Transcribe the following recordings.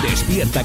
despierta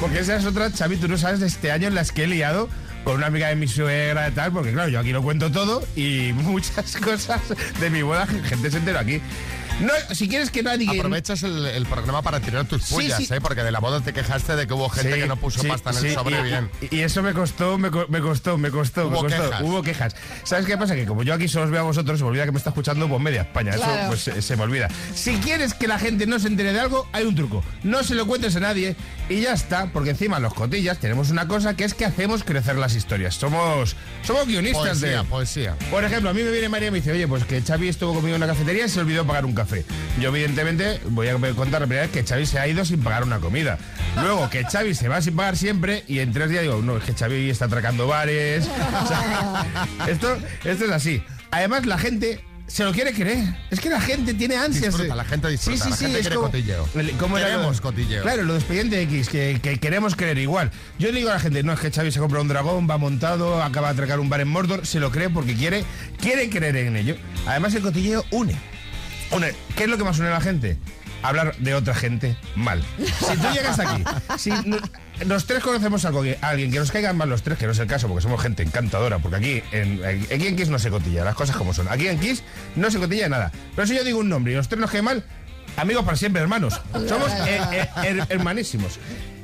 Porque esa es otra, Xavi, tú no sabes de este año en las que he liado con una amiga de mi suegra y tal, porque claro, yo aquí lo cuento todo y muchas cosas de mi boda, gente se entera aquí. No, si quieres que nadie... Aprovechas el, el programa para tirar tus Sí, pullas, sí. ¿eh? Porque de la boda te quejaste de que hubo gente Sí, que no puso sí, pasta en sí, el sobre y, bien. Y, y eso me costó, me, co- me costó, me costó, Hubo me costó. quejas. Hubo quejas. ¿Sabes qué pasa? Que como yo aquí solo os veo a vosotros, se me olvida que me está escuchando pues media España. Eso Claro. pues se, se me olvida. Si quieres que la gente no se entere de algo, hay un truco. No se lo cuentes a nadie y ya está, porque encima los cotillas tenemos una cosa que es que hacemos crecer las historias. Somos, somos guionistas Poesía, de... poesía. Por ejemplo, a mí me viene María y me dice, oye, pues que Xavi estuvo conmigo en una cafetería y se olvidó pagar un café. Yo, evidentemente, voy a contar la primera vez que Xavi se ha ido sin pagar una comida. Luego, que Xavi se va sin pagar siempre y en tres días digo, no, es que Xavi está atracando bares. O sea, esto, esto es así. Además, la gente... Se lo quiere creer. Es que la gente tiene ansias. Disfruta, la gente disfruta, Sí, sí, la sí. gente es quiere como- cotilleo. el- ¿Cómo era lo- Queremos cotilleo. Claro, lo de Expediente X, que, que queremos creer igual. Yo le digo a la gente, no, es que Xavi se compra un dragón, va montado, acaba de atracar un bar en Mordor, se lo cree porque quiere, quiere creer en ello. Además, el cotilleo une. Une. ¿Qué es lo que más une a la gente? Hablar de otra gente mal. Si tú llegas aquí, si no- los tres conocemos a alguien, a alguien que nos caigan mal los tres, que no es el caso, porque somos gente encantadora, porque aquí en, aquí en Kiss no se cotilla, las cosas como son. Aquí en Kiss no se cotilla nada. Pero si yo digo un nombre y los tres nos caen mal, amigos para siempre, hermanos. Somos eh, eh, her- hermanísimos.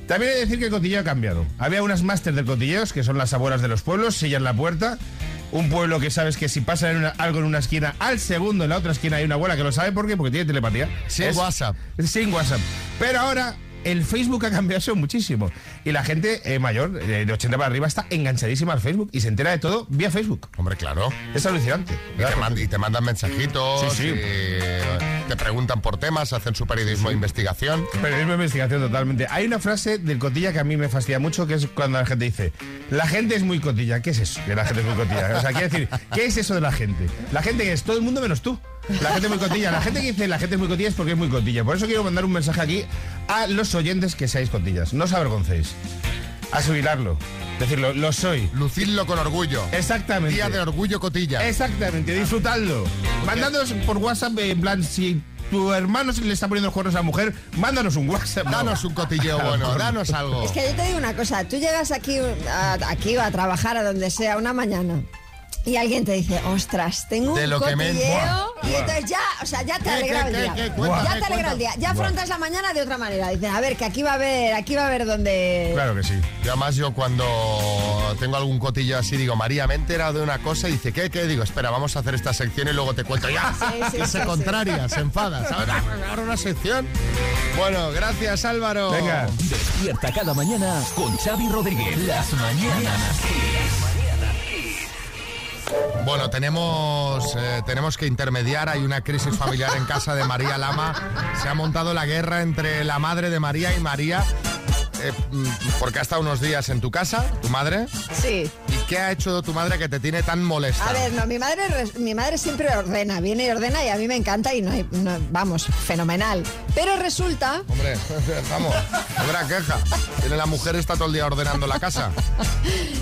También he de decir que el cotilleo ha cambiado. Había unas máster del cotilleos, que son las abuelas de los pueblos, sillas en la puerta. Un pueblo que sabes que si pasa en una- algo en una esquina, al segundo en la otra esquina hay una abuela que lo sabe. ¿Por qué? Porque tiene telepatía. Sin WhatsApp. Sin WhatsApp. Pero ahora el Facebook ha cambiado eso muchísimo. Y la gente eh, mayor, eh, de 80 para arriba, está enganchadísima al Facebook y se entera de todo vía Facebook. Hombre, claro. Es alucinante. Y te, mand- y te mandan mensajitos, Sí, sí. y te preguntan por temas, hacen su periodismo de investigación. Periodismo de investigación totalmente. Hay una frase del cotilla que a mí me fastidia mucho, que es cuando la gente dice, la gente es muy cotilla. ¿Qué es eso? Que la gente es muy cotilla. O sea, quiere decir, ¿qué es eso de la gente? La gente que es todo el mundo menos tú. La gente es muy cotilla. La gente que dice la gente es muy cotilla es porque es muy cotilla. Por eso quiero mandar un mensaje aquí a los oyentes que seáis cotillas. No os avergoncéis. Asimilarlo. Decirlo, lo soy. Lucirlo con orgullo. Exactamente. Día de orgullo cotilla. Exactamente, disfrutadlo. Mandándonos por WhatsApp, en plan, si tu hermano se le está poniendo los cuernos a la mujer, mándanos un WhatsApp. Danos un cotilleo bueno, danos algo. Es que yo te digo una cosa, tú llegas aquí a, aquí a trabajar a donde sea una mañana y alguien te dice, ostras, tengo De un lo que me- cotilleo y entonces ya, o sea, ya te ¿Qué, alegra qué, el qué, día. qué? Cuenta, ya qué, te alegra el día. cuenta. Ya afrontas la mañana de otra manera. Dices, a ver, que aquí va a haber, aquí va a haber donde Claro que sí. Yo además yo cuando tengo algún cotillo así digo, María, me he enterado de una cosa y dice, ¿qué? ¿Qué? Digo, espera, vamos a hacer esta sección y luego te cuento ya. Sí, sí, y sí, se sí. contraria, se enfada. ¿sabes? Ahora una sección. Bueno, gracias Álvaro. Venga. Despierta cada mañana con Xavi Rodríguez. Las mañanas Bueno, tenemos, eh, tenemos que intermediar. Hay una crisis familiar en casa de María Lama. Se ha montado la guerra entre la madre de María y María. eh, mm, porque ha estado unos días en tu casa, tu madre. Sí. ¿Y qué ha hecho tu madre que te tiene tan molesta? A ver, no, mi madre, res- mi madre siempre ordena, viene y ordena y a mí me encanta y no, hay- no- vamos, fenomenal. Pero resulta Hombre, vamos, habrá queja. Tiene la mujer está todo el día ordenando la casa.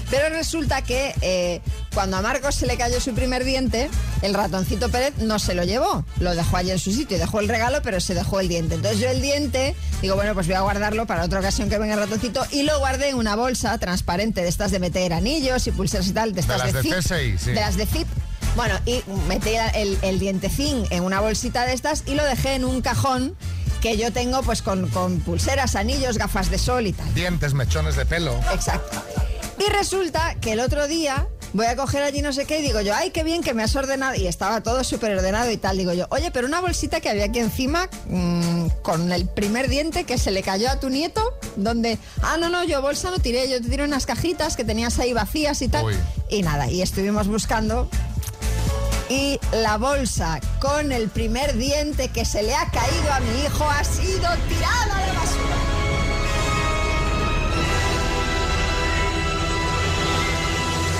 Pero resulta que eh, cuando a Marcos se le cayó su primer diente, el ratoncito Pérez no se lo llevó. Lo dejó allí en su sitio y dejó el regalo, pero se dejó el diente. Entonces yo el diente, digo, bueno, pues voy a guardarlo para otra ocasión que venga el ratoncito. Y lo guardé en una bolsa transparente de estas de meter anillos y pulseras y tal. De, estas las de zip, CSI, sí. De las de zip. Bueno, y metí el, el dientecín en una bolsita de estas y lo dejé en un cajón que yo tengo pues con, con pulseras, anillos, gafas de sol y tal. Dientes, mechones de pelo. Exacto. Y resulta que el otro día voy a coger allí no sé qué y digo yo, ay, qué bien que me has ordenado. Y estaba todo súper ordenado y tal. Digo yo, oye, pero una bolsita que había aquí encima mm, con el primer diente que se le cayó a tu nieto, donde, ah, no, no, yo bolsa no tiré, yo te tiré unas cajitas que tenías ahí vacías y tal. Uy. Y nada, y estuvimos buscando. Y la bolsa con el primer diente que se le ha caído a mi hijo ha sido tirada a la basura.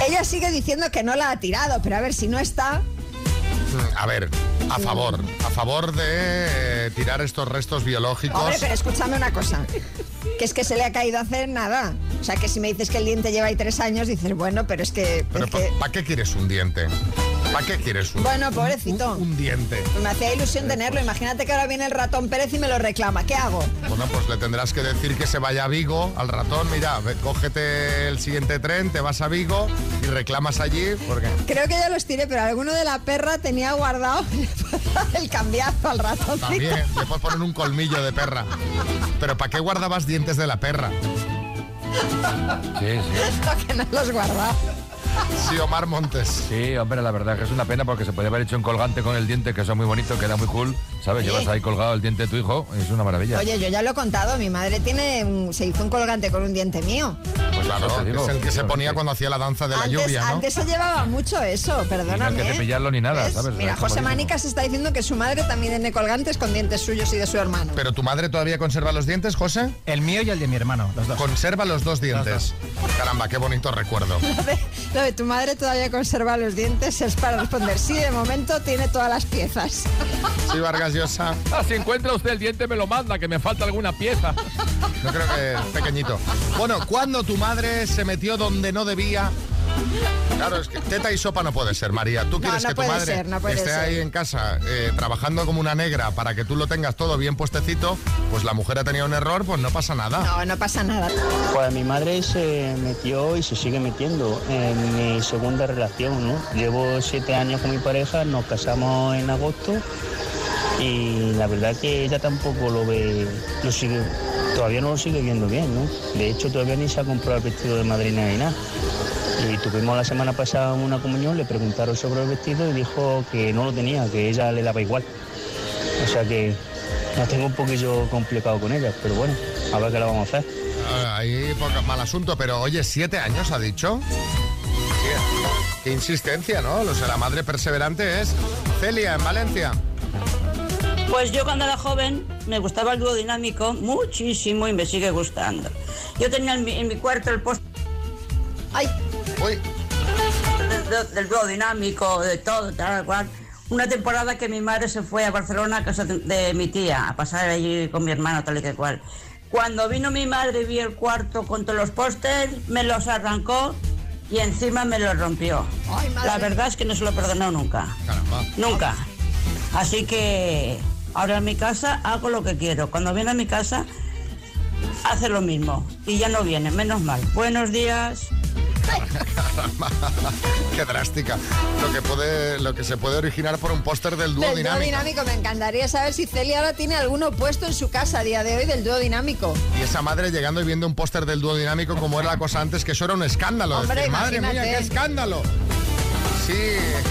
Ella sigue diciendo que no la ha tirado, pero a ver si no está. Mm, A ver, a favor. A favor de eh, tirar estos restos biológicos. Hombre, pero escúchame una cosa. Que es que se le ha caído hace nada. O sea, que si me dices que el diente lleva ahí tres años, dices, bueno, pero es que... Pero es que- ¿para qué quieres un diente? ¿Para qué quieres uno? Bueno, pobrecito. Un diente. Me hacía ilusión tenerlo. Imagínate que ahora viene el ratón Pérez y me lo reclama. ¿Qué hago? Bueno, pues le tendrás que decir que se vaya a Vigo al ratón. Mira, ve, cógete el siguiente tren, te vas a Vigo y reclamas allí. Porque... Creo que ya los tiré, pero alguno de la perra tenía guardado el cambiazo al ratón. También, le puedes poner un colmillo de perra. Pero ¿para qué guardabas dientes de la perra? Sí, sí. que no los guardaba. Sí, Omar Montes. Sí, hombre, la verdad que es una pena porque se podía haber hecho un colgante con el diente, que eso es muy bonito, queda muy cool. ¿Sabes? Sí. Llevas ahí colgado el diente de tu hijo, es una maravilla. Oye, yo ya lo he contado. Mi madre tiene, mm, se hizo un colgante con un diente mío. Pues claro, eso te digo. es el que se ponía cuando hacía la danza de la antes, lluvia, ¿no? antes se llevaba mucho eso, perdóname. que cepillarlo ni nada, ¿Ves? Pues ¿sabes? Mira, Está José jodido. Manicas está diciendo que su madre también tiene colgantes con dientes suyos y de su hermano. ¿Pero tu madre todavía conserva los dientes, José? El mío y el de mi hermano, los dos. Conserva los dos dientes. Caramba, qué bonito recuerdo. Lo de, lo de tu madre todavía conserva los dientes es para responder sí, de momento tiene todas las piezas. Sí, Vargas Llosa. Ah, si encuentra usted el diente, me lo manda, que me falta alguna pieza. No creo que pequeñito. Bueno, cuando tu madre se metió donde no debía. Claro, es que teta y sopa no puede ser, María. ¿Tú quieres no que tu puede madre ser, no puede esté ser. ahí en casa eh, trabajando como una negra para que tú lo tengas todo bien puestecito? Pues la mujer ha tenido un error, pues no pasa nada. No, no pasa nada. Pues mi madre se metió y se sigue metiendo en mi segunda relación, ¿no? Llevo siete años con mi pareja, nos casamos en agosto y la verdad que ella tampoco lo ve, lo sigue, todavía no lo sigue viendo bien, ¿no? De hecho todavía ni se ha comprado el vestido de madrina ni nada. Y tuvimos la semana pasada una comunión, le preguntaron sobre el vestido y dijo que no lo tenía, que ella le daba igual. O sea que nos tengo un poquillo complicado con ella, pero bueno, a ver qué la vamos a hacer. Ah, Ahí poca- mal asunto, pero oye, siete años ha dicho. Sí, Qué insistencia, ¿no? O sea, la madre perseverante es Celia en Valencia. Pues yo cuando era joven me gustaba el dúo dinámico muchísimo y me sigue gustando. Yo tenía en mi, en mi cuarto el póster Ay, Uy, de- de- del dúo dinámico, de todo, tal cual. Una temporada que mi madre se fue a Barcelona a casa de, de mi tía, a pasar allí con mi hermano, tal y que cual. Cuando vino mi madre y vi el cuarto con todos los pósters, me los arrancó y encima me los rompió. Ay, madre. La verdad es que no se lo he perdonado nunca. caramba. Nunca. Así que ahora en mi casa hago lo que quiero. Cuando viene a mi casa, hace lo mismo. Y ya no viene, menos mal. Buenos días. Qué drástica. Lo que puede, lo que se puede originar por un póster del dúo del dúo dinámico. dinámico me encantaría saber si Celia ahora tiene alguno puesto en su casa a día de hoy del dúo dinámico. Y esa madre llegando y viendo un póster del dúo dinámico como era la cosa antes, que eso era un escándalo. Hombre, Decir, madre mía, imagínate". qué escándalo. Sí,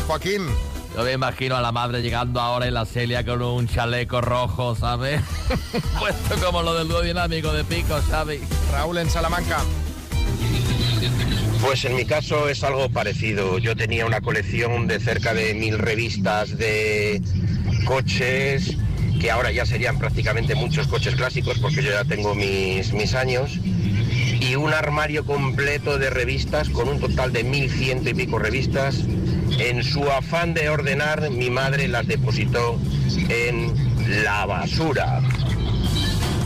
Joaquín. Yo me imagino a la madre llegando ahora en la Celia con un chaleco rojo, ¿sabes? pues, Puesto como lo del dúo dinámico de pico, ¿sabes? Raúl en Salamanca. Pues en mi caso es algo parecido. Yo tenía una colección de cerca de mil revistas de coches, que ahora ya serían prácticamente muchos coches clásicos, porque yo ya tengo mis, mis años, y un armario completo de revistas, con un total de mil ciento y pico revistas. En su afán de ordenar, mi madre las depositó en la basura.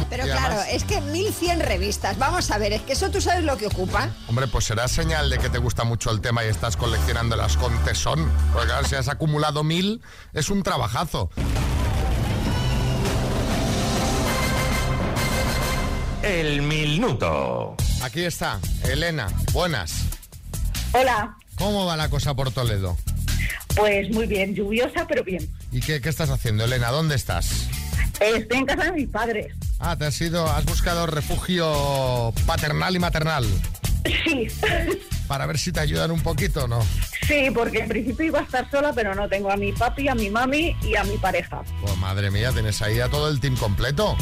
Pero Y claro, además- es que 1100 revistas. Vamos a ver, es que eso tú sabes lo que ocupa. Hombre, pues será señal de que te gusta mucho el tema y estás coleccionándolas con tesón. Porque claro, si has acumulado mil, es un trabajazo. El minuto. Aquí está, Elena. Buenas. Hola, ¿Cómo va la cosa por Toledo? pues muy bien, lluviosa pero bien. ¿Y qué, qué estás haciendo, Elena? ¿Dónde estás? Estoy en casa de mis padres. Ah, te has ido, has buscado refugio paternal y maternal Sí, para ver si te ayudan un poquito o no. sí, porque en principio iba a estar sola, pero no tengo a mi papi, a mi mami y a mi pareja. Pues madre mía, tienes ahí a todo el team completo.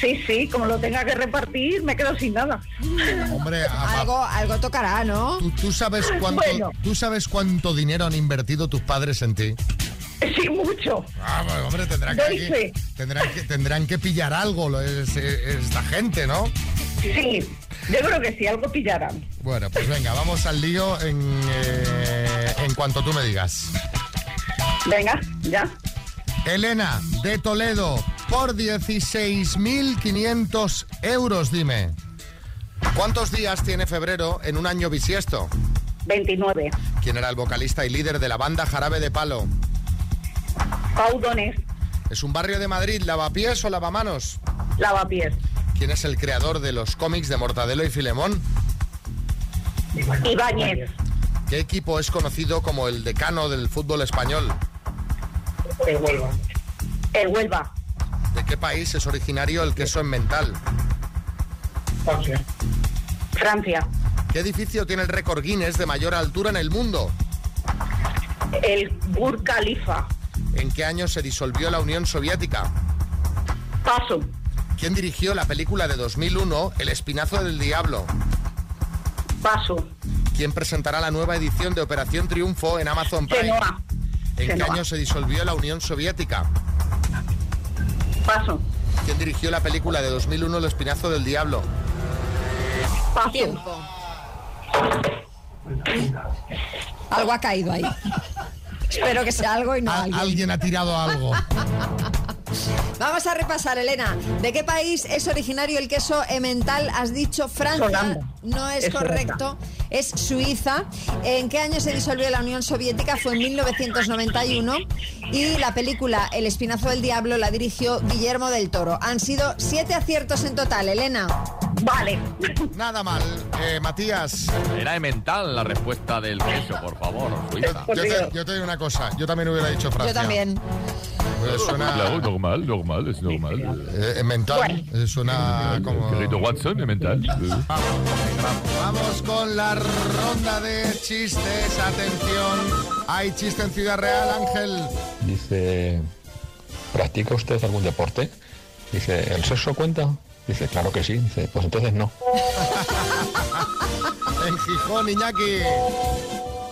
Sí, sí, como lo tenga que repartir, me quedo sin nada. Hombre, a pa- Algo, algo tocará, ¿no? ¿tú, tú sabes cuánto, Bueno. ¿tú sabes cuánto dinero han invertido tus padres en ti? Sí, mucho. Ah, pues, hombre, tendrán Doy que, fe. tendrán que, tendrán que pillar algo lo- es- es- esta gente, ¿no? Sí, yo creo que sí, algo pillarán. Bueno, pues venga, vamos al lío en, eh, en cuanto tú me digas. Venga, ya. Elena de Toledo, por 16.500 euros, dime. ¿Cuántos días tiene febrero en un año bisiesto? 29. ¿Quién era el vocalista y líder de la banda Jarabe de Palo? Paudones, ¿Es un barrio de Madrid, lavapiés o lavamanos? Lavapiés. ¿Quién es el creador de los cómics de Mortadelo y Filemón? Ibáñez, ¿Qué equipo es conocido como el decano del fútbol español? El Huelva. El Huelva, ¿De qué país es originario el queso en mental? Francia. Francia. ¿Qué edificio tiene el récord Guinness de mayor altura en el mundo? El Burj Khalifa. ¿En qué año se disolvió la Unión Soviética? Paso. ¿Quién dirigió la película de 2001 El Espinazo del Diablo? Paso. ¿Quién presentará la nueva edición de Operación Triunfo en Amazon Prime? Genoa. ¿En qué Genoa. año se disolvió la Unión Soviética? Paso. ¿Quién dirigió la película de 2001 El Espinazo del Diablo? Paso. Algo ha caído ahí. Espero que sea algo y no alguien. ha tirado algo. Vamos a repasar, Elena. ¿De qué país es originario el queso emmental? Has dicho Francia. Holanda. No es, Es correcto. Es Suiza. ¿En qué año se disolvió la Unión Soviética? Fue en 1991. Y la película El Espinazo del Diablo la dirigió Guillermo del Toro. Han sido siete aciertos en total, Elena. Vale. Nada mal. Eh, Matías. Era mental la respuesta del queso, por favor, Suiza. Yo te, yo te digo una cosa, yo también hubiera dicho Francia. Pues suena- Claro, normal, normal, es normal. Eh, Es Eh, mental, suena como... Querido Watson, es mental. Vamos con la ronda de chistes, atención. Hay chiste en Ciudad Real, Ángel. Dice, ¿practica usted algún deporte? Dice, ¿el sexo cuenta? Dice, claro que sí. Dice, pues entonces no. En Gijón, Iñaki.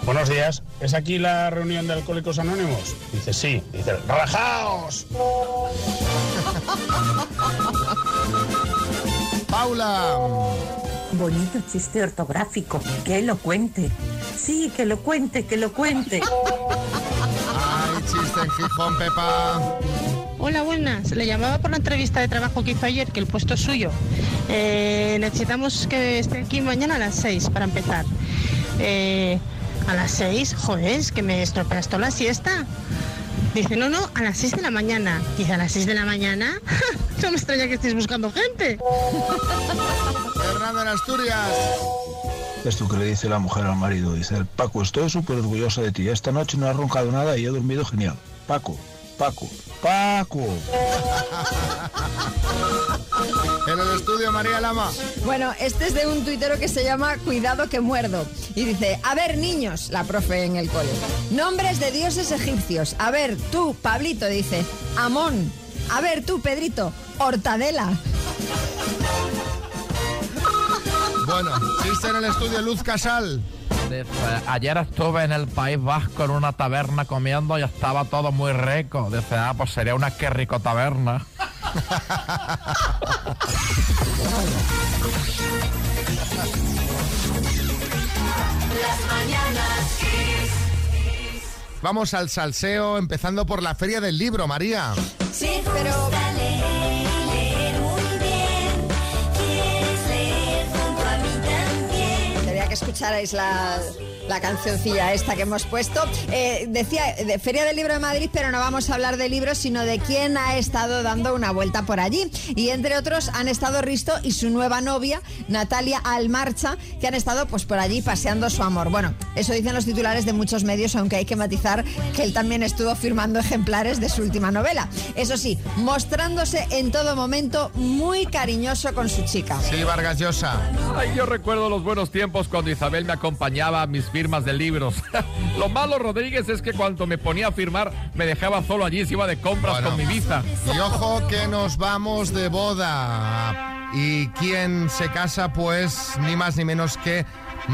Buenos días. ¿Es aquí la reunión de Alcohólicos Anónimos? Dice, sí. Dice, ¡relajaos! Paula. Bonito chiste ortográfico. Que lo cuente. Sí, que lo cuente, que lo cuente. Hay chiste en Gijón, Pepa. Hola, buenas. Le llamaba por la entrevista de trabajo que hizo ayer, que el puesto es suyo. Eh, necesitamos que esté aquí mañana a las 6 para empezar. Eh, a las 6, joder, es que me estropeas toda la siesta. Dice, no, no, a las 6 de la mañana. Dice, a las 6 de la mañana. no me extraña que estéis buscando gente. Fernando en Asturias. Esto que le dice la mujer al marido, dice, el Paco, estoy súper orgullosa de ti. Esta noche no has roncado nada y he dormido genial. Paco, Paco, Paco. En el estudio, María Lama. Bueno, este es de un tuitero que se llama Cuidado que muerdo. Y dice, a ver niños, la profe en el cole. Nombres de dioses egipcios. A ver, tú, Pablito, dice, Amón. A ver, tú, Pedrito, Hortadela. Bueno, chiste en el estudio, Luz Casal. Dice, Ayer estuve en el País Vasco en una taberna comiendo y estaba todo muy rico. Dice, ah, pues sería una qué rico taberna. Las mañanas Kiss. Vamos al salseo, empezando por la Feria del Libro, María. Sí, pero leer, leer muy bien. Quieres leer junto a mí también. Quería que escucharais la, la cancioncilla esta que hemos puesto. Eh, decía, de Feria del Libro de Madrid, pero no vamos a hablar de libros, sino de quién ha estado dando una vuelta por allí. Y entre otros han estado Risto y su nueva novia, Natalia Almarcha, que han estado pues por allí paseando su amor. Bueno, eso dicen los titulares de muchos medios, aunque hay que matizar que él también estuvo firmando ejemplares de su última novela. Eso sí, mostrándose en todo momento muy cariñoso con su chica. Sí, Vargas Llosa. Ay, yo recuerdo los buenos tiempos cuando Isabel me acompañaba a mis firmas de libros. Lo malo, Rodríguez, es que cuando me ponía a firmar, me dejaba solo allí, se iba de compras con mi visa. Y ojo que nos vamos de boda. ¿Y quién se casa? Pues ni más ni menos que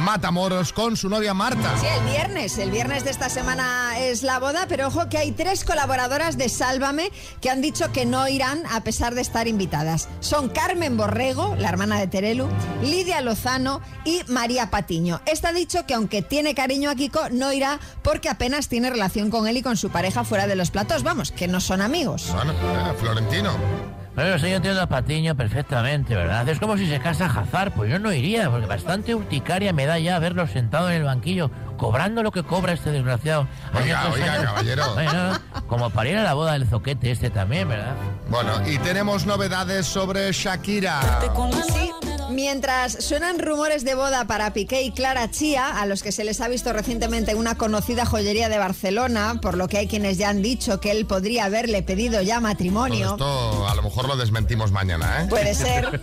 Matamoros con su novia Marta. Sí, el viernes, el viernes de esta semana es la boda, pero ojo que hay tres colaboradoras de Sálvame que han dicho que no irán a pesar de estar invitadas. Son Carmen Borrego, la hermana de Terelu, Lidia Lozano y María Patiño. Esta ha dicho que aunque tiene cariño a Kiko, no irá porque apenas tiene relación con él y con su pareja fuera de los platos, vamos, que no son amigos. Bueno, eh, Florentino. Pero eso yo entiendo a Patiño perfectamente, ¿verdad? Es como si se casa Jazar, pues yo no iría, porque bastante urticaria me da ya verlo sentado en el banquillo, cobrando lo que cobra este desgraciado. Oiga, Años tras oiga, años. caballero. Bueno, como para ir a la boda del zoquete este también, ¿verdad? Bueno, y tenemos novedades sobre Shakira. Pues Sí, Mientras suenan rumores de boda para Piqué y Clara Chía, a los que se les ha visto recientemente en una conocida joyería de Barcelona, por lo que hay quienes ya han dicho que él podría haberle pedido ya matrimonio. Todo esto a lo mejor lo desmentimos mañana, ¿eh? Puede ser.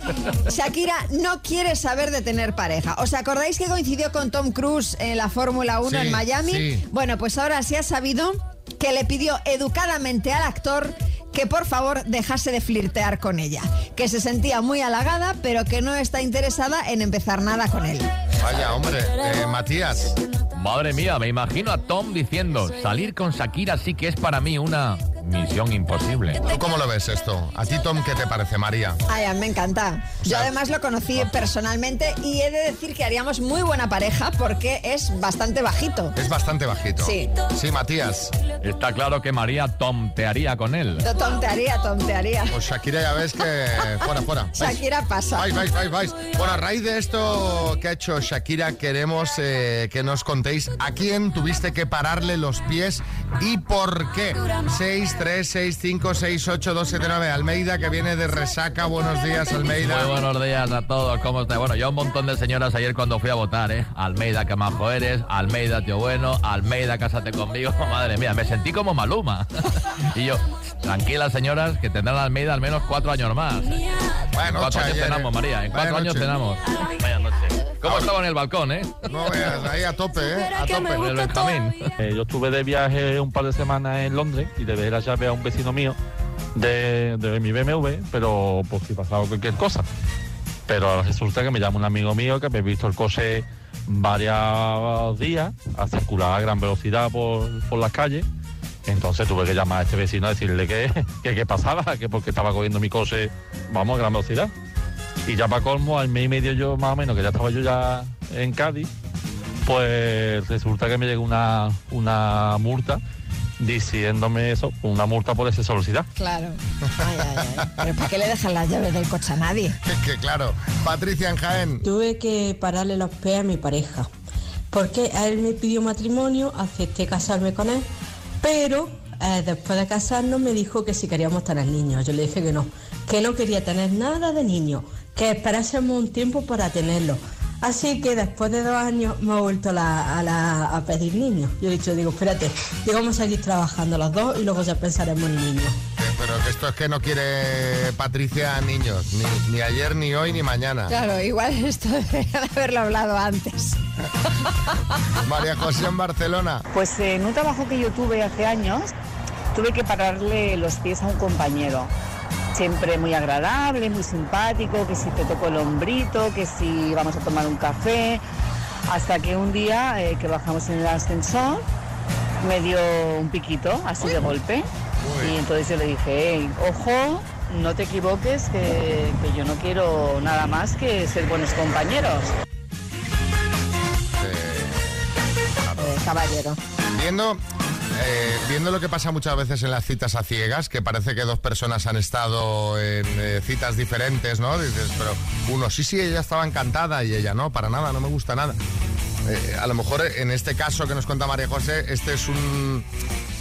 Shakira no quiere saber de tener pareja. ¿Os acordáis que coincidió con Tom Cruise en la Fórmula 1 Sí, en Miami? sí. Bueno, pues ahora sí ha sabido que le pidió educadamente al actor que por favor dejase de flirtear con ella, que se sentía muy halagada, pero que no está interesada en empezar nada con él. Vaya, hombre, eh, Matías. Madre mía, me imagino a Tom diciendo, salir con Shakira sí que es para mí una misión imposible. ¿Tú cómo lo ves esto? ¿A ti, Tom, qué te parece, María? Ay, a mí me encanta. Yo además lo conocí personalmente y he de decir que haríamos muy buena pareja porque es bastante bajito. Es bastante bajito. Sí. Sí, Matías. Está claro que María Tom te haría con él. Yo tontearía, tontearía. Pues Shakira ya ves que fuera, fuera. Vais. Shakira pasa. Vais, vais, vais, vais. Bueno, a raíz de esto que ha hecho Shakira, queremos eh, que nos contéis a quién tuviste que pararle los pies y por qué. 636568279 Almeida, que viene de resaca. Buenos días, Almeida. Muy buenos días a todos, ¿cómo estáis? Bueno, yo un montón de señoras ayer cuando fui a votar, ¿eh? Almeida, que majo eres, Almeida, tío bueno, Almeida, cásate conmigo, madre mía, me sentí como Maluma. y yo, tranquilas señoras, que tendrán a Almeida al menos cuatro años más. en cuatro noche, años ayer, cenamos, ¿eh? María, en cuatro Vaya años noche. cenamos. Vaya noche. ¿Cómo estaba en el balcón, eh? No veas, ahí a tope, eh. A tope. El Benjamín. Eh, yo estuve de viaje un par de semanas en Londres y le dejé la llave a un vecino mío de, de mi BMW, pero por si pasaba cualquier cosa. Pero resulta que me llama un amigo mío que me he visto el coche varios días a circular a gran velocidad por, por las calles. Entonces tuve que llamar a este vecino a decirle que que qué pasaba, que porque estaba cogiendo mi coche, vamos, a gran velocidad. Y ya para colmo, al mes y medio yo más o menos, que ya estaba yo ya en Cádiz, pues resulta que me llegó una, una multa diciéndome eso, una multa por exceso de velocidad. Claro. Ay, ay, ay. Pero ¿para qué le dejan las llaves del coche a nadie? Que claro, Patricia en Jaén. Tuve que pararle los pies a mi pareja, porque a él me pidió matrimonio, acepté casarme con él, pero eh, después de casarnos me dijo que si queríamos tener niños. Yo le dije que no, que no quería tener nada de niño, que esperásemos un tiempo para tenerlo. Así que después de dos años me ha vuelto la- a, la- a pedir niños. Yo he dicho, digo, espérate, digo, vamos a seguir trabajando los dos y luego ya pensaremos en niños. Eh, Pero que esto es que no quiere Patricia niños, ni, ni ayer, ni hoy, ni mañana. Claro, igual esto debería de haberlo hablado antes. María José en Barcelona. Pues en un trabajo que yo tuve hace años, tuve que pararle los pies a un compañero. Siempre muy agradable, muy simpático, que si te toco el hombrito, que si vamos a tomar un café. Hasta que un día eh, que bajamos en el ascensor, me dio un piquito, así de golpe. Y entonces yo le dije, "Ey, ojo, no te equivoques, que, que yo no quiero nada más que ser buenos compañeros. caballero. Viendo, eh, viendo lo que pasa muchas veces en las citas a ciegas, que parece que dos personas han estado en eh, citas diferentes, ¿no? Dices, pero uno sí, sí, ella estaba encantada y ella no, para nada, no me gusta nada. Eh, a lo mejor en este caso que nos cuenta María José, este es un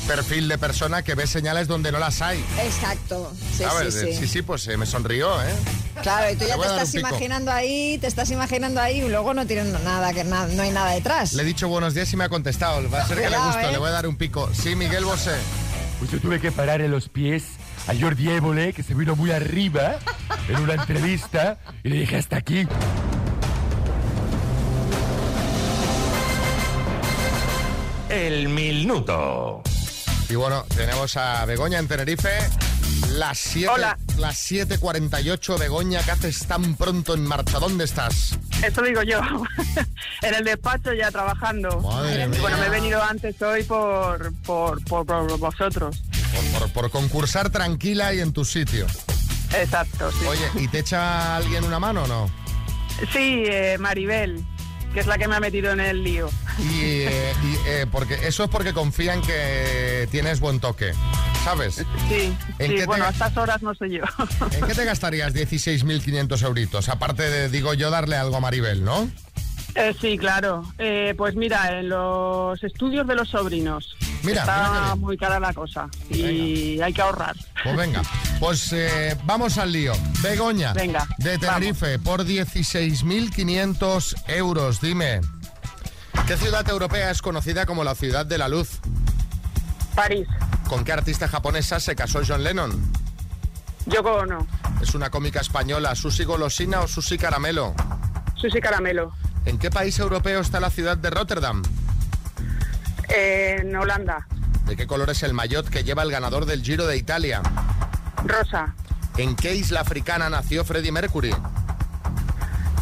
perfil de persona que ve señales donde no las hay. Exacto. Sí, ¿Sabes? sí, sí. sí, pues eh, me sonrió, ¿eh? Claro, y tú Le ya voy te a dar estás un pico. imaginando ahí, te estás imaginando ahí y luego no tienen nada que na- no hay nada detrás. Le he dicho buenos días y me ha contestado. Va a ser que le Cuidado, gusta, ¿eh? le voy a dar un pico. Sí, Miguel Bosé. Pues yo tuve que parar en los pies a Jordi Eh, Évole, que se vino muy arriba en una entrevista, y le dije hasta aquí. El minuto. Y bueno, tenemos a Begoña en Tenerife. Las 7, las 7.48, Begoña, ¿qué haces tan pronto en marcha? ¿Dónde estás? Eso digo yo, en el despacho ya trabajando. Madre mía. Bueno, me he venido antes hoy por, por, por- por vosotros. Por, por- por concursar tranquila y en tu sitio. Exacto, sí. Oye, ¿y te echa alguien una mano o no? Sí, eh, Maribel, que es la que me ha metido en el lío. Y, eh, y, eh, porque eso es porque confían que tienes buen toque. ¿sabes? Sí, ¿En sí qué te bueno, a gas- estas horas no soy yo. ¿En qué te gastarías 16.500 euritos? Aparte de, digo yo, darle algo a Maribel, ¿no? Eh, sí, claro. Eh, pues mira, en los estudios de los sobrinos Mira, está mira qué bien. muy cara la cosa y hay que ahorrar. Pues venga, pues eh, vamos al lío. Begoña, Venga, de Tenerife, por 16.500 euros, dime. ¿Qué ciudad europea es conocida como la ciudad de la luz? París. ¿Con qué artista japonesa se casó John Lennon? Yoko Ono, ¿Es una cómica española, Susi Golosina o Susi Caramelo? Susi Caramelo, ¿En qué país europeo está la ciudad de Rotterdam? eh, en Holanda, ¿De qué color es el maillot que lleva el ganador del Giro de Italia? Rosa, ¿En qué isla africana nació Freddie Mercury?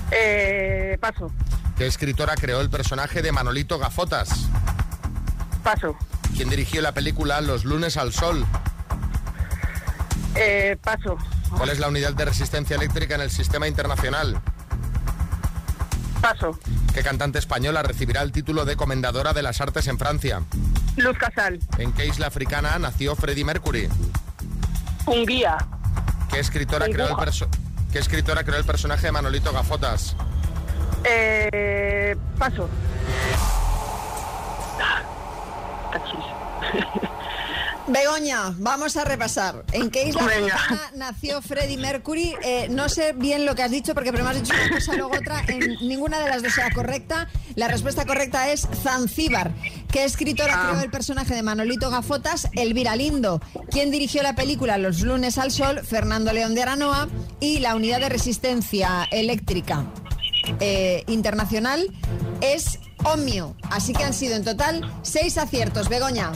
eh, paso, ¿Qué escritora creó el personaje de Manolito Gafotas? paso, ¿Quién dirigió la película Los lunes al sol? eh, paso, ¿Cuál es la unidad de resistencia eléctrica en el sistema internacional? paso, ¿Qué cantante española recibirá el título de Comendadora de las Artes en Francia? Luz Casal, ¿En qué isla africana nació Freddie Mercury? un guía, ¿Qué escritora, creó el, perso- ¿Qué escritora creó el personaje de Manolito Gafotas? eh, paso. Begoña, vamos a repasar. ¿En qué isla Venga. africana nació Freddie Mercury? Eh, no sé bien lo que has dicho porque primero has dicho una cosa luego otra. En ninguna de las dos sea correcta. La respuesta correcta es Zanzíbar. ¿Qué escritora creó el personaje de Manolito Gafotas? Elvira Lindo. ¿Quién dirigió la película Los lunes al sol? Fernando León de Aranoa. Y la unidad de resistencia eléctrica eh, internacional es Omio. Así que han sido en total seis aciertos. Begoña.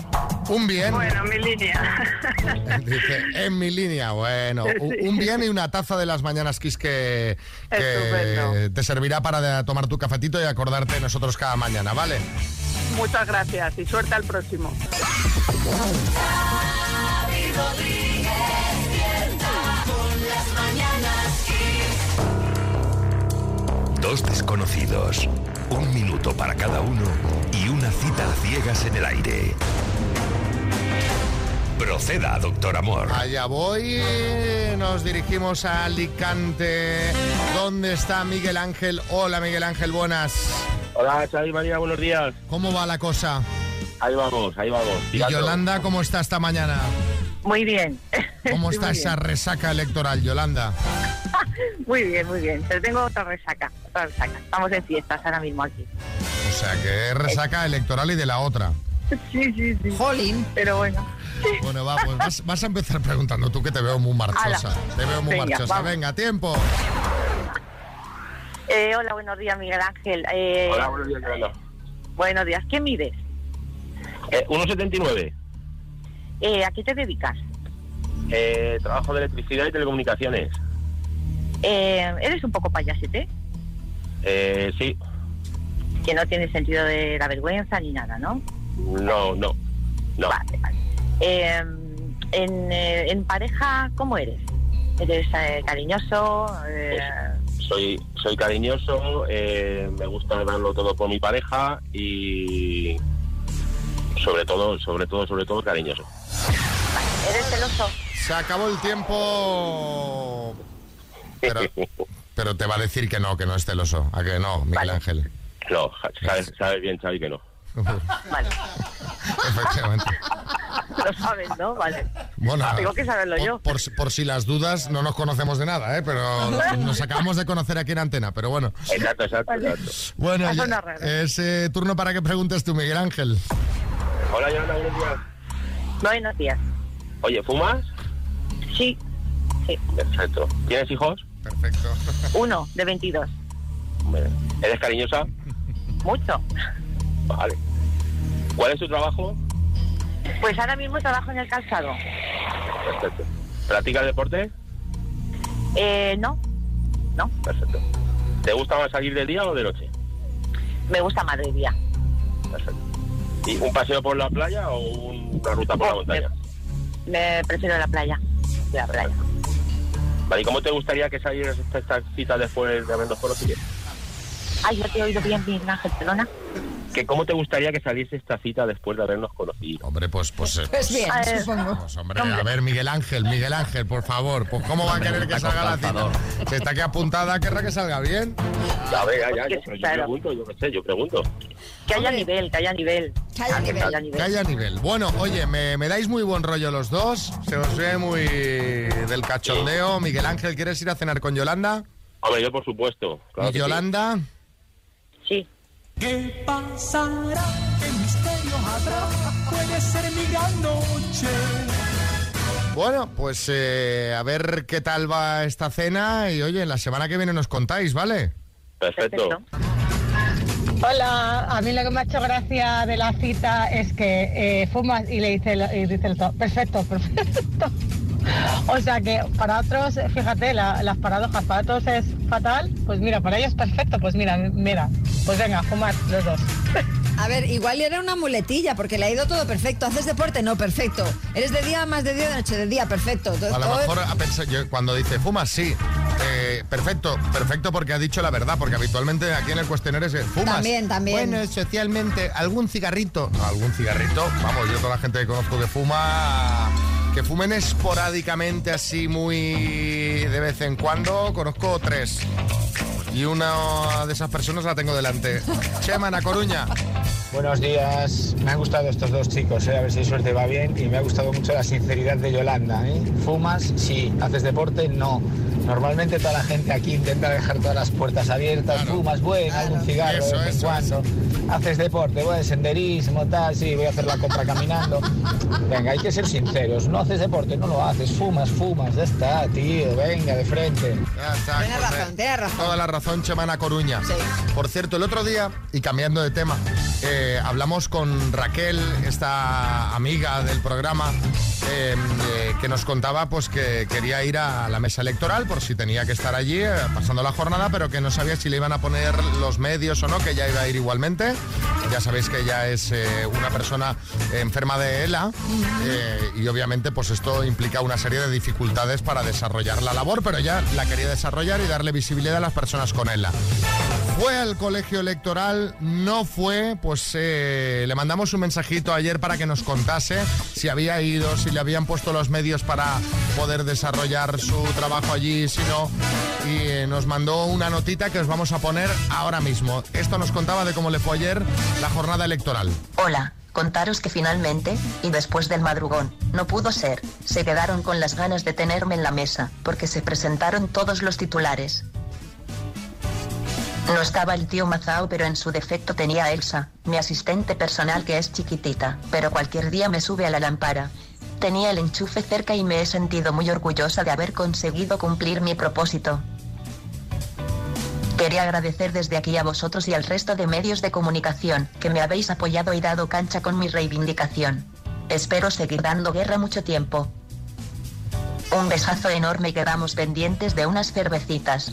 Un bien. Bueno, mi línea. Dice, en mi línea. Bueno, Sí. un un bien y una taza de las mañanas Kiss que, que Estupendo. te servirá para de- tomar tu cafetito y acordarte de nosotros cada mañana, ¿vale? Muchas gracias y suerte al próximo. Dos desconocidos, un minuto para cada uno y una cita a ciegas en el aire. Proceda, doctor Amor. Allá voy, nos dirigimos a Alicante. ¿Dónde está Miguel Ángel? Hola Miguel Ángel, buenas. Hola, Xavi María, buenos días. ¿Cómo va la cosa? Ahí vamos, ahí vamos. Y tirando. Yolanda, ¿cómo está esta mañana? Muy bien. ¿Cómo Sí, está muy esa bien. resaca electoral, Yolanda? Muy bien, muy bien. Pero tengo otra resaca, otra resaca. Estamos en fiestas ahora mismo aquí. O sea, que es Eh. resaca electoral y de la otra. Sí, sí, sí. Jolín. Pero bueno. Bueno, va, pues vas, vas a empezar preguntando tú que te veo muy marchosa. Ala. Te veo muy Venga, marchosa. vamos. Venga, tiempo. Eh, hola, buenos días, Miguel Ángel. Eh, Hola, buenos días, Yolanda. buenos días. ¿Qué mides? Eh, 1,79. Eh, ¿A qué te dedicas? Eh, trabajo de electricidad y telecomunicaciones. Eh, ¿Eres un poco payasete? Eh, sí, Que no tienes sentido de la vergüenza ni nada, ¿no? no, no. No. Eh, en, eh, en pareja, ¿cómo eres? ¿Eres eh, cariñoso? Eh, Soy, soy cariñoso, eh, me gusta darlo todo por mi pareja y sobre todo, sobre todo, sobre todo cariñoso. ¿Eres celoso? Se acabó el tiempo. Pero, pero te va a decir que no, que no es celoso. A que no, Miguel Ángel. No, sabes, sabes bien, Xavi, que no. Vale, Efectivamente. lo sabes, ¿no? Vale. Bueno, Tengo que saberlo por, yo. Por, si- por si las dudas, no nos conocemos de nada, ¿eh? Pero nos acabamos de conocer aquí en antena, pero bueno. Exacto, exacto, exacto. Bueno, Ha ya- sonado raro. es eh, turno para que preguntes tú, Miguel Ángel. Hola, Yolanda, buenos días. Buenos días. Oye, ¿fumas? Sí, Perfecto. ¿Tienes hijos? Perfecto. uno de 22. Hombre, ¿Eres cariñosa? Mucho. Vale. ¿Cuál es tu trabajo? Pues ahora mismo trabajo en el calzado. Perfecto. ¿Practicas deporte? Eh, no, Perfecto. ¿Te gusta más salir de día o de noche? me gusta Madrid ya. Perfecto. ¿Y un paseo por la playa o un- una ruta por la montaña? Me prefiero la playa. La playa. Vale, ¿y cómo te gustaría que salieras esta- estas citas después de habernos conocido? Ay, yo te he oído bien, bien, Ángel, perdona. ¿Que ¿Cómo te gustaría que saliese esta cita después de habernos conocido? Hombre, pues, pues, eh, Pues bien, A ver. supongo. pues, hombre, a ver, Miguel Ángel, Miguel Ángel, por favor, pues ¿cómo va a querer que salga la cita? Si está aquí apuntada, querrá que salga bien. A ver, ya, ya, yo, pero yo Claro. pregunto, yo qué sé, yo pregunto. Que haya nivel, que haya nivel. Que haya nivel. Que haya nivel. Bueno, oye, me, me dais muy buen rollo los dos. Se os ve muy del cachondeo. Miguel Ángel, ¿quieres ir a cenar con Yolanda? Hombre, yo por supuesto. Claro ¿Y que sí. Yolanda? Sí. ¿Qué pasará? ¿Qué misterio habrá? Puede ser mi gran noche. Bueno, pues eh, a ver qué tal va esta cena y oye, la semana que viene nos contáis, ¿vale? Perfecto. Hola, a mí lo que me ha hecho gracia de la cita es que eh, fumas y le dice, el- y dice el to- perfecto, perfecto. O sea que para otros, fíjate, la- las paradojas, para otros es fatal, pues mira, para ellos perfecto, pues mira, mira, pues venga, fumar los dos. A ver, igual era una muletilla, porque le ha ido todo perfecto. Haces deporte, no perfecto. Eres de día, más de día, de noche, de día, perfecto. Todo- A lo todo- mejor ha pensado- yo, cuando dice fumas, sí. Eh, perfecto, perfecto porque ha dicho la verdad, porque habitualmente aquí en el cuestionario es eh, fumas. También, también. Bueno, socialmente, algún cigarrito. Algún cigarrito, vamos, yo toda la gente que conozco que fuma, que fumen esporádicamente así muy de vez en cuando, conozco tres. Y una de esas personas la tengo delante. Chema, Ana Coruña. Buenos días, me han gustado estos dos chicos, ¿eh? a ver si suerte va bien y me ha gustado mucho la sinceridad de Yolanda. ¿eh? ¿Fumas? Sí. ¿Haces deporte? No. Normalmente toda la gente aquí intenta dejar todas las puertas abiertas. ¿Fumas? Bueno, algún cigarro Eso, de vez en eso, cuando. ¿Haces deporte? Bueno, senderismo, tal, sí, voy a hacer la compra caminando. Venga, hay que ser sinceros, no haces deporte, no lo haces, fumas, fumas, ya está, tío, venga, de frente. Ya está, Tienes José. razón, tienes razón. Toda la razón, Chemana Coruña. Sí. Por cierto, el otro día, y cambiando de tema, eh, hablamos con Raquel, esta amiga del programa, eh, eh, que nos contaba pues que quería ir a la mesa electoral por si tenía que estar allí eh, pasando la jornada, pero que no sabía si le iban a poner los medios o no, que ya iba a ir igualmente. Ya sabéis que ella es eh, una persona enferma de ELA eh, y obviamente pues esto implica una serie de dificultades para desarrollar la labor, pero ya la quería desarrollar y darle visibilidad a las personas con ELA. Fue al colegio electoral, no fue, pues eh, le mandamos un mensajito ayer para que nos contase si había ido, si le habían puesto los medios para poder desarrollar su trabajo allí, si no, y eh, nos mandó una notita que os vamos a poner ahora mismo. Esto nos contaba de cómo le fue ayer la jornada electoral. Hola, contaros que finalmente, y después del madrugón, no pudo ser, se quedaron con las ganas de tenerme en la mesa, porque se presentaron todos los titulares. No estaba el tío Mazao, pero en su defecto tenía a Elsa, mi asistente personal que es chiquitita, pero cualquier día me sube a la lámpara. Tenía el enchufe cerca y me he sentido muy orgullosa de haber conseguido cumplir mi propósito. Quería agradecer desde aquí a vosotros y al resto de medios de comunicación que me habéis apoyado y dado cancha con mi reivindicación. Espero seguir dando guerra mucho tiempo. Un besazo enorme y quedamos pendientes de unas cervecitas.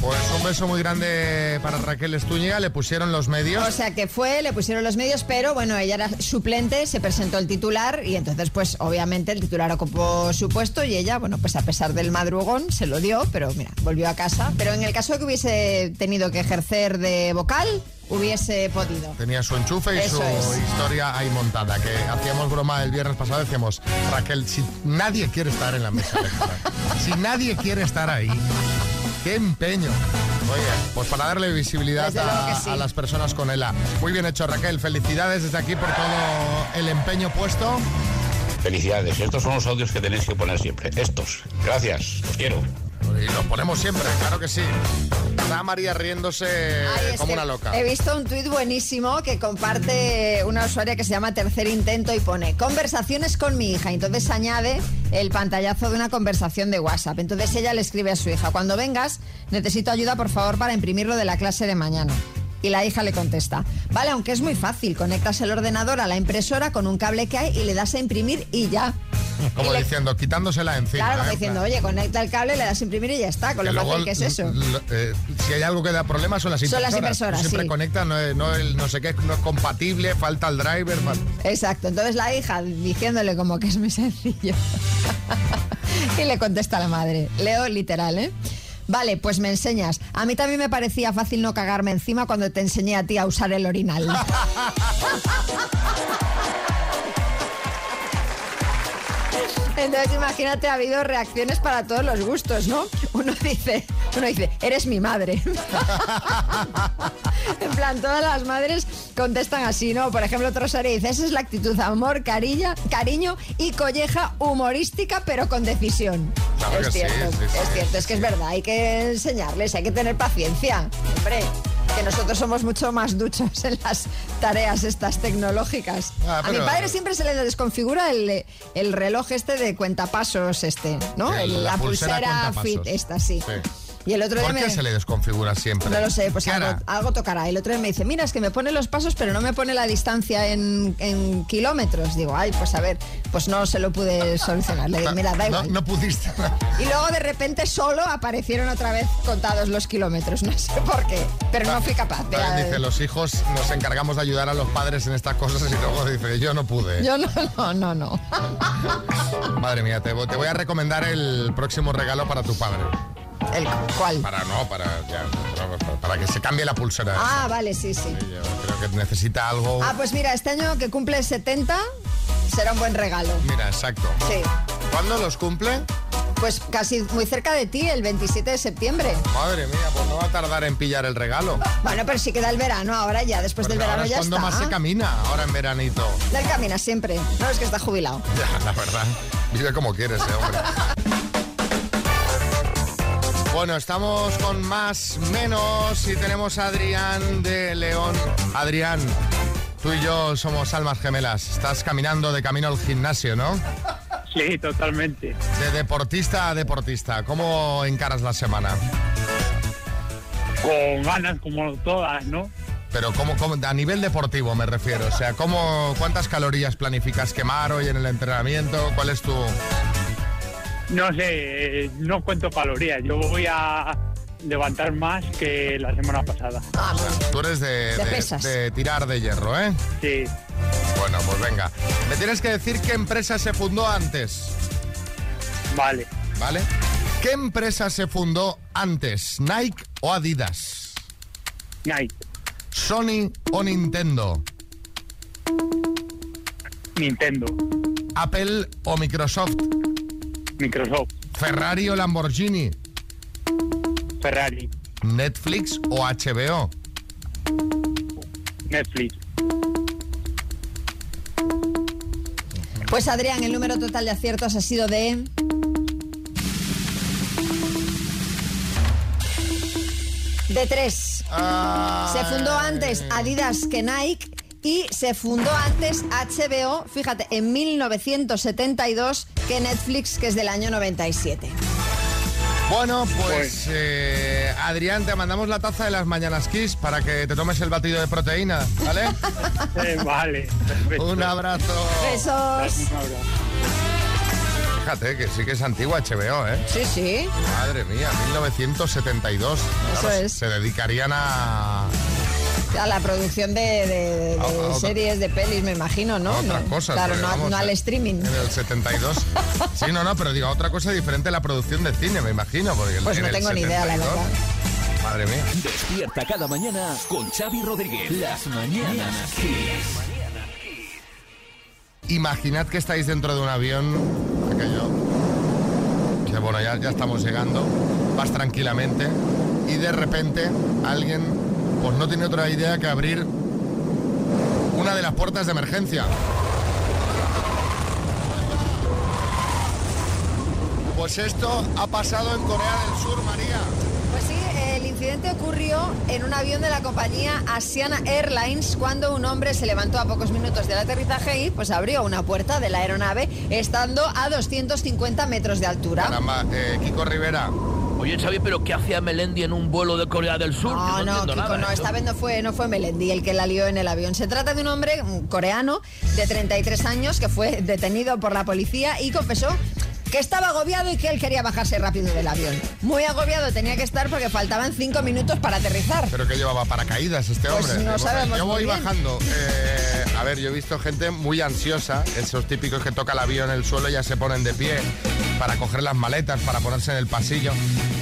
Pues un beso muy grande para Raquel Estúñiga, le pusieron los medios. O sea que fue, le pusieron los medios, pero bueno, ella era suplente, se presentó el titular y entonces pues obviamente el titular ocupó su puesto y ella, bueno, pues a pesar del madrugón se lo dio, pero mira, volvió a casa. Pero en el caso que hubiese tenido que ejercer de vocal, hubiese podido. Tenía su enchufe y Eso su es. historia ahí montada, que hacíamos broma el viernes pasado, decíamos, Raquel, si nadie quiere estar en la mesa electoral, si nadie quiere estar ahí, qué empeño. Oye, pues para darle visibilidad Desde luego a, que sí. a las personas con ELA. Muy bien hecho, Raquel. Felicidades desde aquí por todo el empeño puesto. Felicidades. Estos son los audios que tenéis que poner siempre. Estos. Gracias. Os quiero. Y los ponemos siempre, claro que sí. Está María riéndose Es Eh, como que una loca. He visto un tuit buenísimo que comparte una usuaria que se llama Tercer Intento y pone conversaciones con mi hija. Y Entonces añade el pantallazo de una conversación de WhatsApp. Entonces ella le escribe a su hija, cuando vengas necesito ayuda por favor para imprimirlo de la clase de mañana. Y la hija le contesta, vale, aunque es muy fácil, conectas el ordenador a la impresora con un cable que hay y le das a imprimir y ya. Como y le- diciendo, quitándosela encima. claro, ¿eh? como diciendo, oye, conecta el cable, le das a imprimir y ya está, con Que lo luego, fácil que es eso. l- eh, si hay algo que da problemas son las Son impresoras. las impresoras, Siempre sí. conectan, no, es- no el- no sé qué, no es compatible, falta el driver. fal- Exacto, entonces la hija diciéndole como que es muy sencillo. y le contesta la madre, leo literal, ¿eh? Vale, pues me enseñas. A mí también me parecía fácil no cagarme encima cuando te enseñé a ti a usar el orinal. Entonces imagínate, ha habido reacciones para todos los gustos, ¿no? Uno dice, uno dice, eres mi madre. en plan, todas las madres contestan así, ¿no? Por ejemplo, Rosario dice, esa es la actitud, amor, cariño, cariño y colleja humorística, pero con decisión. Claro es que sí, cierto, sí, sí, es cierto, es que es verdad, hay que enseñarles, hay que tener paciencia. Hombre, que nosotros somos mucho más duchos en las tareas estas tecnológicas. Ah, A mi pero- padre siempre se le desconfigura el, el reloj este de cuentapasos este, ¿no? El- El- la, la pulsera pulsera, cuentapasos. fit esta, sí. Y el otro día ¿Por me... qué se le desconfigura siempre? No lo sé, pues ¿Qué algo, hará? algo tocará. El otro día me dice, mira, es que me pone los pasos, pero no me pone la distancia en, en kilómetros. Digo, ay, pues a ver, pues no se lo pude solucionar. Le digo, mira, da igual. No pudiste. Y luego de repente solo aparecieron otra vez contados los kilómetros. No sé por qué, pero no fui capaz. de- También dice, los hijos nos encargamos de ayudar a los padres en estas cosas y luego dice, yo no pude. Yo no, no, no, no. Madre mía, te, vo- te voy a recomendar el próximo regalo para tu padre. ¿El cuál? Para no, para, ya, para, para- para que se cambie la pulsera. Ah, vale, sí, sí. Yo creo que necesita algo... Ah, pues mira, este año que cumple 70 será un buen regalo. Mira, exacto. Sí. ¿Cuándo los cumple? Pues casi muy cerca de ti, el 27 de septiembre. Madre mía, pues no va a tardar en pillar el regalo. Bueno, pero sí queda el verano ahora ya, después del Porque Pues verano ahora es ya cuando está. más se camina, ahora en veranito. Del camina siempre. No es que está jubilado. Ya, la verdad. Vive como quieres, eh, hombre. Bueno, estamos con más, menos y tenemos a Adrián de León. Adrián, tú y yo somos almas gemelas. Estás caminando de camino al gimnasio, ¿no? Sí, totalmente. De deportista a deportista, ¿cómo encaras la semana? Con ganas como todas, ¿no? Pero ¿cómo, cómo- a nivel deportivo me refiero, o sea, ¿cómo, ¿cuántas calorías planificas quemar hoy en el entrenamiento? ¿Cuál es tu...? No sé, eh, no cuento calorías. Yo voy a levantar más que la semana pasada. Tú eres de, de- pesas. de tirar de hierro, ¿eh? Sí. Bueno, pues venga. Me tienes que decir qué empresa se fundó antes. Vale. ¿Vale? ¿Qué empresa se fundó antes? ¿Nike o Adidas? Nike. ¿Sony o Nintendo? Nintendo. ¿Apple o Microsoft? Microsoft. ¿Ferrari o Lamborghini? Ferrari. ¿Netflix o HBO? Netflix. Pues Adrián, el número total de aciertos ha sido de... De tres. Ah. Se fundó antes Adidas que Nike y se fundó antes HBO, fíjate, en 1972 que Netflix, que es del año 97. Bueno, pues eh, Adrián, te mandamos la taza de las mañanas Kiss para que te tomes el batido de proteína, ¿vale? vale. Un abrazo. Besos. Fíjate que sí que es antigua HBO, ¿eh? Sí, sí. Madre mía, 1972. Eso es. Se dedicarían a, A la producción de, de- de- de A- a Ah, otra- series, de pelis, me imagino, ¿no? a otras No, cosas. Claro, porque, no, a- vamos, no al streaming. En el 72. Sí, no, no, pero digo, otra cosa diferente a la producción de cine, me imagino. Porque Pues en no el tengo ni idea, la 72, verdad. Madre mía. Despierta cada mañana con Xavi Rodríguez. Las mañanas Kiss. Imaginad que estáis dentro de un avión, aquello. Que bueno, ya, ya estamos llegando, vas tranquilamente y de repente alguien, pues no tiene otra idea que abrir una de las puertas de emergencia. Pues esto ha pasado en Corea del Sur, María. Pues sí, el incidente ocurrió en un avión de la compañía Asiana Airlines cuando un hombre se levantó a pocos minutos del aterrizaje y pues abrió una puerta de la aeronave estando a 250 metros de altura. Caramba, eh, Kiko Rivera. Oye, Xavi, ¿pero qué hacía Melendi en un vuelo de Corea del Sur? No, Yo no, entiendo Kiko, nada, no, ¿eh? esta vez no fue, no fue Melendi el que la lió en el avión. Se trata de un hombre mm, coreano de 33 años que fue detenido por la policía y confesó que estaba agobiado y que él quería bajarse rápido del avión. Muy agobiado tenía que estar porque faltaban cinco minutos para aterrizar. Pero que llevaba paracaídas este Pues hombre. no Digo, sabemos Yo voy muy bien". bajando. eh, a a ver, yo he visto gente muy ansiosa, esos típicos que toca el avión en el suelo y ya se ponen de pie para coger las maletas, para ponerse en el pasillo.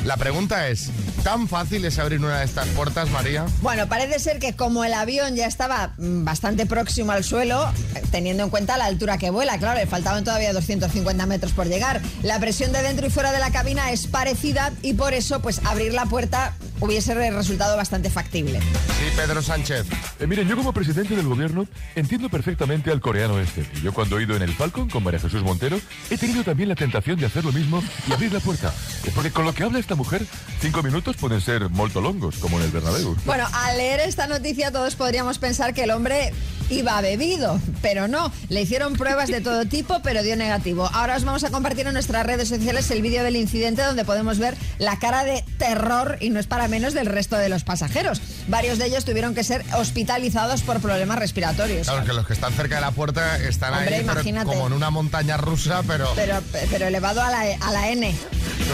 La pregunta es, ¿tan fácil es abrir una de estas puertas, María? Bueno, parece ser que como el avión ya estaba mm, bastante próximo al suelo, eh, teniendo en cuenta la altura que vuela, claro, le faltaban todavía 250 metros por llegar, la presión de dentro y fuera de la cabina es parecida y por eso pues abrir la puerta hubiese resultado bastante factible. Sí, Pedro Sánchez. Eh, miren, yo como presidente del gobierno entiendo perfectamente al coreano este. Y yo cuando he ido en el Falcon con María Jesús Montero, he tenido también la tentación de hacer lo mismo y abrir la puerta. Eh, Porque con lo que habla esta mujer, cinco minutos pueden ser molto longos, como en el Bernabéu. Bueno, al leer esta noticia todos podríamos pensar que el hombre iba bebido, pero no. Le hicieron pruebas de todo tipo, pero dio negativo. Ahora os vamos a compartir en nuestras redes sociales el vídeo del incidente donde podemos ver la cara de terror y no es para menos del resto de los pasajeros. Varios de ellos tuvieron que ser hospitalizados por problemas respiratorios. Claro, que los que están cerca de la puerta están Hombre, ahí pero imagínate. como en una montaña rusa, pero... Pero, pero elevado a la, a la N.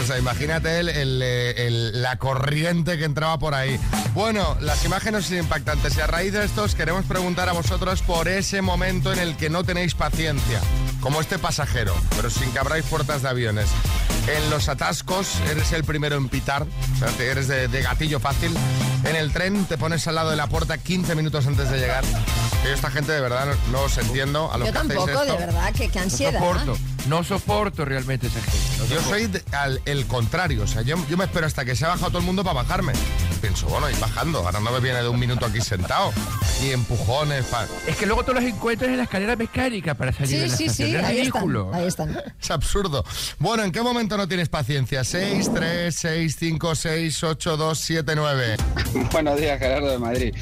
O sea, imagínate el- el, eh, el- la corriente que entraba por ahí. Bueno, las imágenes son impactantes y a raíz de esto os queremos preguntar a vosotros por ese momento en el que no tenéis paciencia, como este pasajero, pero sin que abráis puertas de aviones. En los atascos eres el primero en pitar, o sea, te- eres de, de gatillo fácil. En el tren te pones al lado de la puerta 15 minutos antes de llegar. Yo esta gente de verdad no, no os entiendo. A los Yo que hacéis tampoco, de esto. verdad, que, que ansiedad. ¿eh? no soporto realmente esa gente. yo soy de- al- el contrario, o sea, yo, yo me espero hasta que se ha bajado todo el mundo para bajarme. Pienso, bueno, y bajando, ahora no me viene de un minuto aquí sentado, y empujones, pa- Es que luego te los encuentras en la escalera mecánica para salir de la estación. Es ridículo. ahí están. Es absurdo. Bueno, ¿en qué momento no tienes paciencia? 6, 3, 6, 5, 6, 8, 2, 7, 9. Buenos días, Gerardo de Madrid.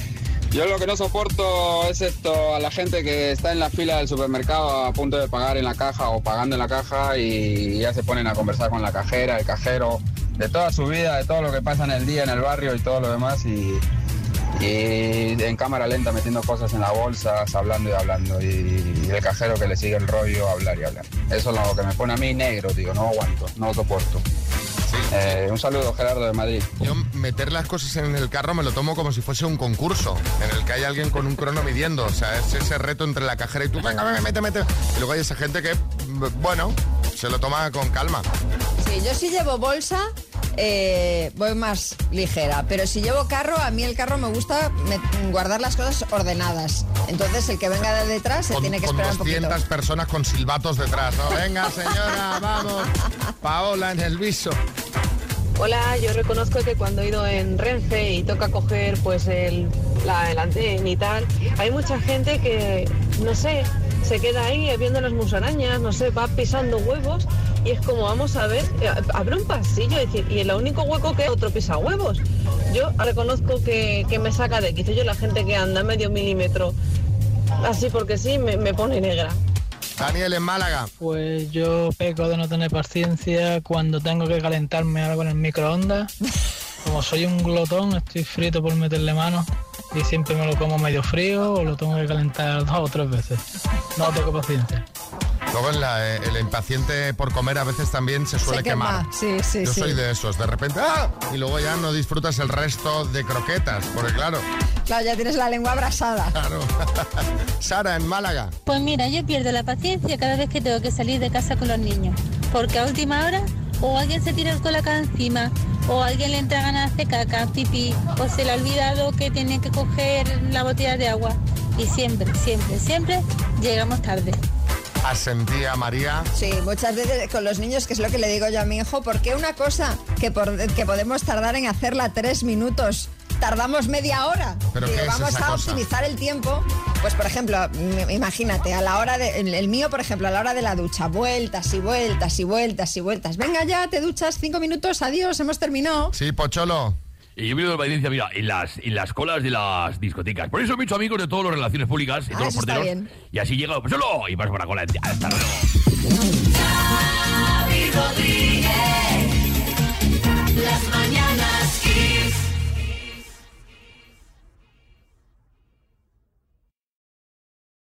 Yo lo que no soporto es esto a la gente que está en la fila del supermercado a punto de pagar en la caja o pagando en la caja y ya se ponen a conversar con la cajera, el cajero, de toda su vida, de todo lo que pasa en el día, en el barrio y todo lo demás y, y en cámara lenta metiendo cosas en las bolsas, hablando y hablando y, el cajero que le sigue el rollo, hablar y hablar. Eso es lo que me pone a mí negro, digo, no aguanto, no lo soporto. Eh, un saludo, Gerardo de Madrid. Yo meter las cosas en el carro me lo tomo como si fuese un concurso, en el que hay alguien con un crono midiendo. O sea, es ese reto entre la cajera y tú, venga, venga, mete, mete. Y luego hay esa gente que, bueno, se lo toma con calma. Sí, yo si llevo bolsa, eh, voy más ligera. Pero si llevo carro, a mí el carro me gusta me- guardar las cosas ordenadas. Entonces el que venga de detrás se con, tiene que con esperar un poquito. 200 personas con silbatos detrás, ¿no? Venga, señora, vamos. Paola en el viso. Hola, yo reconozco que cuando he ido en Renfe y toca coger pues el, la, el andén y tal, hay mucha gente que, no sé, se queda ahí viendo las musarañas, no sé, va pisando huevos y es como, vamos a ver, eh, abre un pasillo es decir, y el único hueco que otro pisa huevos. Yo reconozco que, que me saca de quicio yo la gente que anda medio milímetro, así porque sí, me- me pone negra. Daniel en Málaga. Pues yo peco de no tener paciencia cuando tengo que calentarme algo en el microondas. Como soy un glotón, estoy frito por meterle mano y siempre me lo como medio frío o lo tengo que calentar dos o tres veces. No tengo paciencia. Luego en la, eh, el impaciente por comer a veces también se suele Se quema, quemar. sí, sí, Yo sí. soy de esos, de repente ¡ah! y luego ya no disfrutas el resto de croquetas, porque claro, Claro, ya tienes la lengua abrasada. claro. Sara en Málaga. Pues mira, yo pierdo la paciencia cada vez que tengo que salir de casa con los niños, porque a última hora o alguien se tira el colaca encima, o alguien le entra ganas de hacer caca, pipí, o se le ha olvidado que tiene que coger la botella de agua. Y siempre, siempre, siempre llegamos tarde. Asentía María. Sí, muchas veces con los niños, que es lo que le digo yo a mi hijo, porque una cosa que, por- que podemos tardar en hacerla tres minutos, tardamos media hora. ¿Pero Digo, qué es vamos esa a cosa? optimizar el tiempo. Pues, por ejemplo, im- imagínate, a la hora de, el, el mío, por ejemplo, a la hora de la ducha, vueltas y vueltas y vueltas y vueltas. Venga ya, te duchas cinco minutos, adiós, hemos terminado. Sí, Pocholo. Y yo vivo en Valencia, mira, en las, en las colas de las discotecas. Por eso me he hecho amigos de todas las relaciones públicas y Ah, todos los eso está porteros. bien. Y así llega, pues solo, y vas por la cola. Hasta luego. Xavi Rodríguez.